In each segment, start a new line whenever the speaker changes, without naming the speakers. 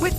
With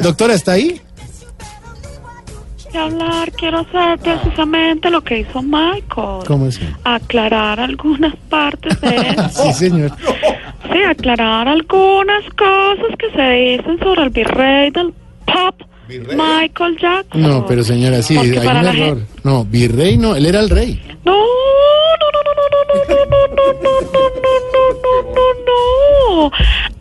Doctora, ¿está ahí?
que hablar, quiero saber precisamente lo que hizo Michael.
¿Cómo es?
Aclarar algunas partes de él.
Sí, señor.
Sí, aclarar algunas cosas que se dicen sobre el virrey del pop, Michael Jackson.
No, pero señora, sí, hay
Porque
un
para la
error.
gente-
No, virrey no, él era el rey.
No, no, no, no, no, no, no, no, no, no, no, no, no, no.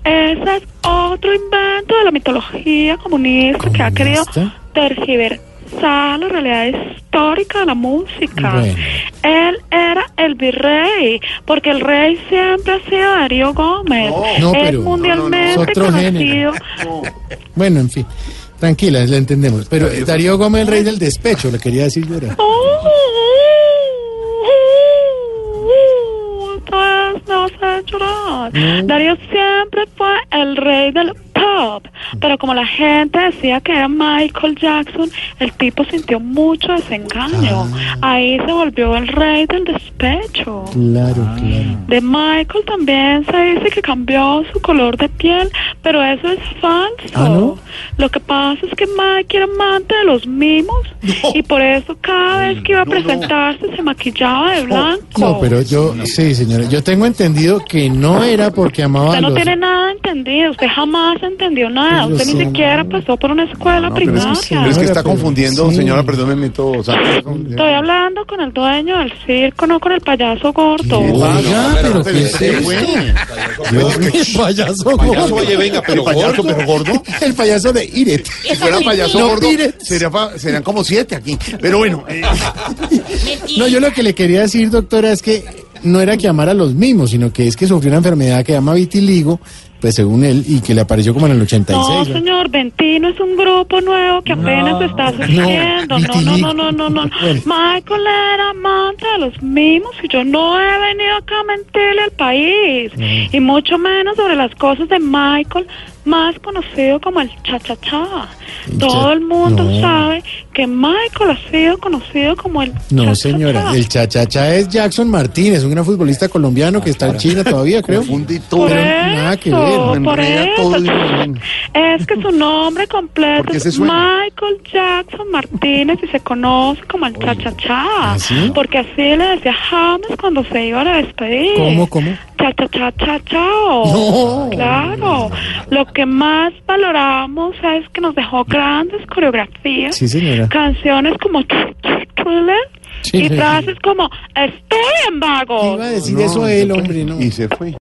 Ese es otro invento de la mitología comunista que ha querido
¿Comunista?
tergiversar la realidad histórica de la música.
Bueno.
Él era el virrey, porque el rey siempre ha sido Darío Gómez.
No,
es
pero-
mundialmente
no, no, no. Es otro género.
conocido.
Bueno, en fin. Tranquila, la entendemos. Pero eh, Darío Gómez, el rey del despecho, le quería decir yo era.
Entonces no sé llorar. Darío siempre fue el rey del pop, pero como la gente decía que era Michael Jackson, el tipo sintió mucho desengaño. Ahí se volvió el rey del despecho.
Claro, claro.
De Michael también se dice que cambió su color de piel, pero eso es falso.
¿Ah, no?
Lo que pasa es que Mike era amante de los mimos y por eso cada vez que iba a presentarse se maquillaba de blanco.
No, pero yo, sí, señora, yo tengo entendido que no era porque amaba a
Usted no
los...
tiene nada entendido, usted jamás entendió nada,
Yo
usted ni
sé,
siquiera
no.
pasó por una escuela
pero es-
primaria.
Pero es que está
Ah, Pero-
confundiendo,
sí.
señora, perdónenme todo. O sea, está confundiendo.
Estoy hablando con el dueño del circo, no con el payaso gordo.
Oiga, pero ¿qué es
Pero,
esto?
bueno,
Dios mío, el payaso
payaso,
gordo.
oye, venga, pero payaso, pero gordo.
El payaso de Iret.
Si fuera payaso
No,
gordo,
mire.
sería pa- serían como siete aquí. Pero bueno, eh,
No, yo lo que le quería decir, doctora, es que no era que amara a los mimos, sino que es que sufrió una enfermedad que llama vitiligo, pues según él, y que le apareció como en el 86.
No,
¿no?
señor, Ventino es un grupo nuevo que apenas se está surgiendo. No, no, no, no, no, no.
Bueno.
Michael era amante de los mismos y yo no he venido acá a mentirle al país. Y mucho menos sobre las cosas de Michael, más conocido como el cha-cha-cha. Todo el mundo
no.
sabe que Michael ha sido conocido como el
No,
cha-cha-cha.
señora, el chachacha es Jackson Martínez, un gran futbolista colombiano que está en China todavía, creo.
confundí todo.
Por
Pero
eso,
nada que ver,
me
por
enreda
eso.
todo de una manera.
Es que su nombre completo
Porque ese
es
suena.
Michael Jackson Martínez y se conoce como el cha-cha-cha.
¿Ah, sí?
Porque así le decía James cuando se iba a la despedir.
¿Cómo, cómo?
Cha-cha-cha-cha-chao.
No.
Claro. Lo que más valoramos es que nos dejó grandes coreografías.
Sí, señora.
Canciones como Thr- Thr- Thriller
Sí,
y
sí.
frases como Estoy en vagos.
Iba a decir
No,
eso a él, hombre, no.
Y se fue.